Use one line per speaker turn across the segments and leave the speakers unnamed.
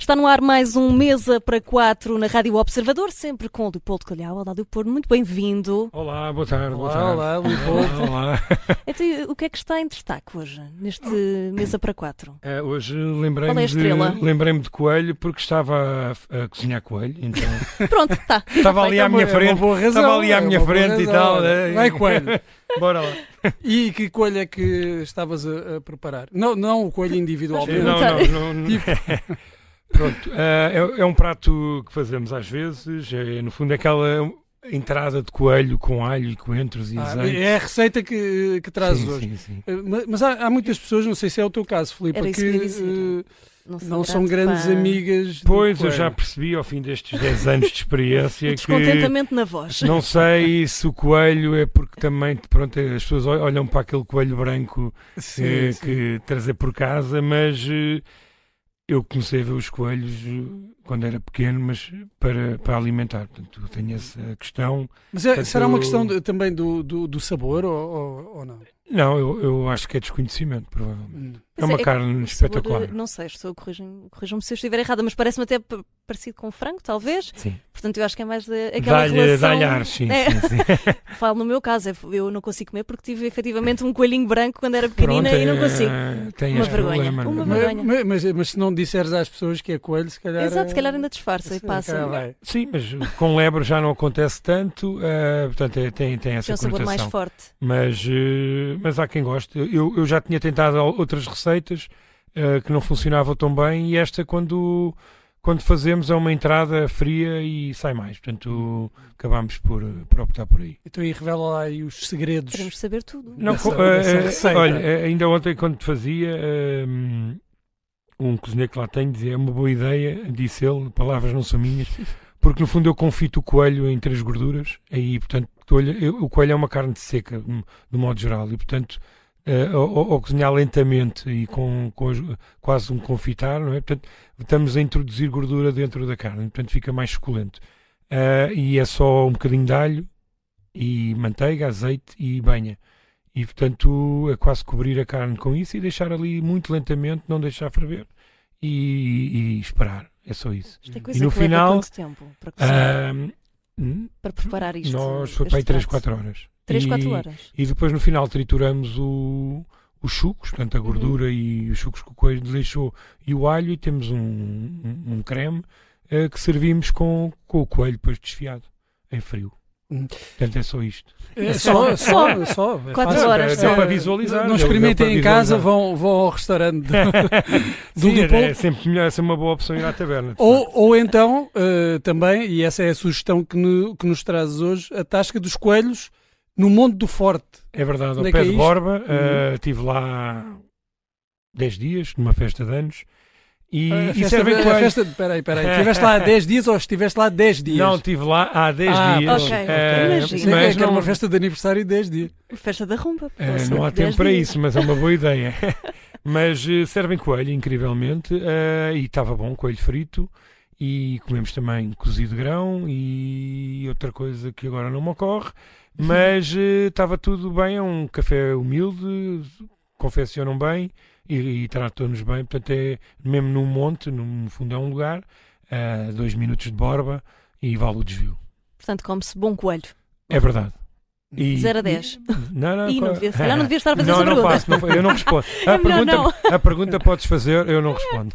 Está no ar mais um Mesa para Quatro na Rádio Observador, sempre com o Leopoldo Calhau. Olá, Leopoldo, muito bem-vindo.
Olá, boa tarde. boa
Olá,
tarde.
olá, Leopoldo.
Olá.
Então, o que é que está em destaque hoje, neste Mesa para Quatro?
Eh, hoje
Qual é a
lembrei-me
estrela?
de, lembrei de coelho porque estava a, a cozinhar coelho. Então,
Pronto, tá. está.
estava ali à minha
É
frente.
uma boa razão.
estava ali à
é
minha
uma boa
frente e
razão.
tal. né?
Vai, coelho.
Bora lá.
E que coelho é que estavas a, a preparar? Não, não o coelho individualmente.
Não, não, não, não.
Tipo.
Pronto. eh, é, é um prato que fazemos às vezes. É, no fundo, é aquela entrada de coelho com alho e coentros e
Ah,
azeite.
é a receita que, que trazes
Sim,
hoje.
sim, sim.
Eh, ma- Mas há, há muitas pessoas, não sei se é o teu caso, Filipe,
Era isso
que,
que eu ia dizer.
eh, não são grandes amigas. do
Pois, eu
coelho.
já percebi ao fim destes 10 anos de experiência É que é
Descontentamento na voz.
Não sei se o coelho é porque também, pronto, as pessoas ol- olham para aquele coelho branco
Sim,
eh,
sim.
que trazer por casa, mas eh, eu comecei a ver os coelhos eh, quando era pequeno, mas para, para alimentar. Portanto, eu tenho essa questão.
Mas é-
portanto,
será uma questão de- também do, do, do sabor ou, ou- ou não?
Não, eu, eu acho que é desconhecimento, provavelmente.
Hum.
É uma carne espetacular.
Não sei, estou corrijam-me corrijam-me se eu estiver errada, mas parece-me até p- parecido com frango, talvez.
Sim.
Portanto, eu acho que é mais de- aquela
Dá-lhe
relação...
dá-lhe ar, sim,
É.
sim, sim.
Falo no meu caso, é- eu não consigo comer porque tive efetivamente um coelhinho branco quando era pequenina
Pronto,
e não
eh,
consigo.
Tem
Uma
este
vergonha.
problema. é?
Uma
Mas-
vergonha.
Mas, mas, mas- mas se não disseres às pessoas que é coelho, se calhar.
Exato, se calhar
eh,
ainda disfarça e é?
se calhar
passa.
vai.
Sim, mas com lebre já não acontece tanto, eh, portanto é- tem, tem essa
Tem um sabor mais
conotação.
forte.
mas, eh, mas há quem goste. Eu, eu já tinha tentado al- outras receitas eh, que não funcionavam tão bem e esta quando, quando fazemos é uma entrada fria e sai mais. Portanto, acabámos por, eh, por optar por aí.
Então aí revela lá aí os segredos.
Queremos saber tudo.
Não,
Dessa-
co- eh,
dessa
eh,
receita.
olha, eh, ainda ontem quando fazia, eh, um cozinheiro que lá tem dizia, é uma boa ideia, disse ele, palavras não são minhas, porque no fundo eu confito o coelho em três gorduras, aí portanto olha, eu- o coelho é uma carne seca, hum, do modo geral, e portanto eh, ao, ao- ao cozinhar lentamente e com, com as- quase um confitar, não é? Portanto, estamos a introduzir gordura dentro da carne, portanto fica mais suculento. Ah, e é só um bocadinho de alho e manteiga, azeite e banha. E portanto é quase cobrir a carne com isso e deixar ali muito lentamente, não deixar ferver e, e esperar. É só isso.
Isto é coisa
E no
que leva
final,
quanto tempo para, cozinhar,
Ah, hum,
para preparar isto?
nós foi para aí 3, 4 horas.
3,
E-
4 horas.
e depois no final trituramos o, os sucos, portanto a gordura e os sucos que o coelho deixou e o alho e temos um, um, um creme eh, que servimos com, com o coelho depois desfiado, em frio.
Hum.
Portanto é só isto.
É só, só, só. é
Quatro
fácil.
horas,
Dá
só.
para visualizar.
Não
dá- dá
experimentem
para
em casa,
visualizar.
vão, vão ao restaurante. do- do
Sim, é, é
Leopoldo.
sempre melhor, é sempre uma boa opção ir à taberna. de facto.
Ou, ou então, eh, também, e essa é a sugestão que, no- que nos trazes hoje, a tasca dos coelhos no Monte do Forte.
É verdade, ao
Onde é
pé
que é
de
isto? Uhum.
Borba, eh, estive lá 10 dias, numa festa de anos, e,
Ah,
é
a
e
festa,
servem
a
coelhos.
festa- peraí, peraí. Estiveste lá há 10 dias ou estiveste lá 10 dias?
Não, estive lá há 10
Ah,
dias.
ok, ok.
eh,
Imagino.
Sim, é
mas
que era
não,
uma festa de aniversário de 10 dias.
Festa da rumba.
eh,
posso
não há
dizer, dez
tempo para
dias.
isso, mas é uma boa ideia. mas eh, servem coelho, incrivelmente, eh, e estava bom, coelho frito. E comemos também cozido de grão e outra coisa que agora não me ocorre,
Uhum.
mas eh, estava tudo bem. É um café humilde, confeccionam bem e, e tratam-nos bem. Portanto, é mesmo num monte, num- no fundo, é um lugar, eh, dois minutos de borba e vale o desvio.
Portanto, come-se bom coelho.
É verdade. E-
0 a 10.
Não, é? não,
E não
co-
devia, se calhar não devia estar a fazer
Ah, não,
essa
não
pergunta.
faço, não fa- eu não respondo. A,
É melhor
pergunta, a pergunta podes fazer, eu não respondo.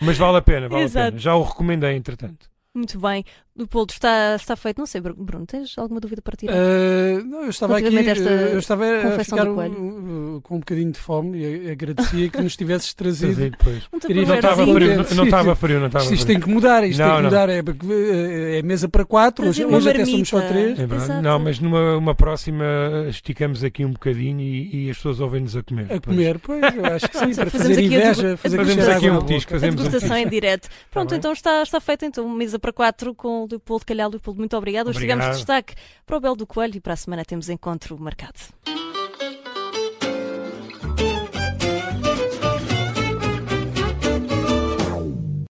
Mas vale a pena, vale a
Exato.
pena. Já o recomendei, entretanto.
Muito bem. O poldo está, está feito. Não sei, Bruno, tens alguma dúvida para
Ah,
tirar?
Eh, não, eu estava aqui,
Relativamente a esta
eh, eu estava a
confecção
ficar
do
um-
coelho.
um- com um bocadinho de fome e a- agradecia que nos tivesses trazido.
Trazer depois.
Não te
queria-
Não estava
aproveitares
frio,
isso?
não- não estava frio, não estava
Isto, isto
frio.
tem que mudar, isto
Não,
tem que
não.
mudar. É, porque, eh, é mesa para quatro, hoje,
Trazer uma
hoje até somos só
marmita.
três.
É verdade.
Exato.
Não, mas numa uma próxima esticamos aqui um bocadinho e, e as pessoas ouvem-nos a comer.
A
depois.
comer, pois, eu acho que sim, para
Fazemos
fazer
aqui a
inveja,
degu-
fazer
a
crescer
Fazemos aqui
água
um
na boca.
petisco,
A
fazemos um
degustação em
petisco.
direto. Pronto,
bem.
então está, está feita então uma mesa para quatro com o Leopoldo Calhau. Leopoldo, muito obrigado. Hoje tivemos
Obrigado.
destaque para o Belo do Coelho e para a semana temos encontro marcado.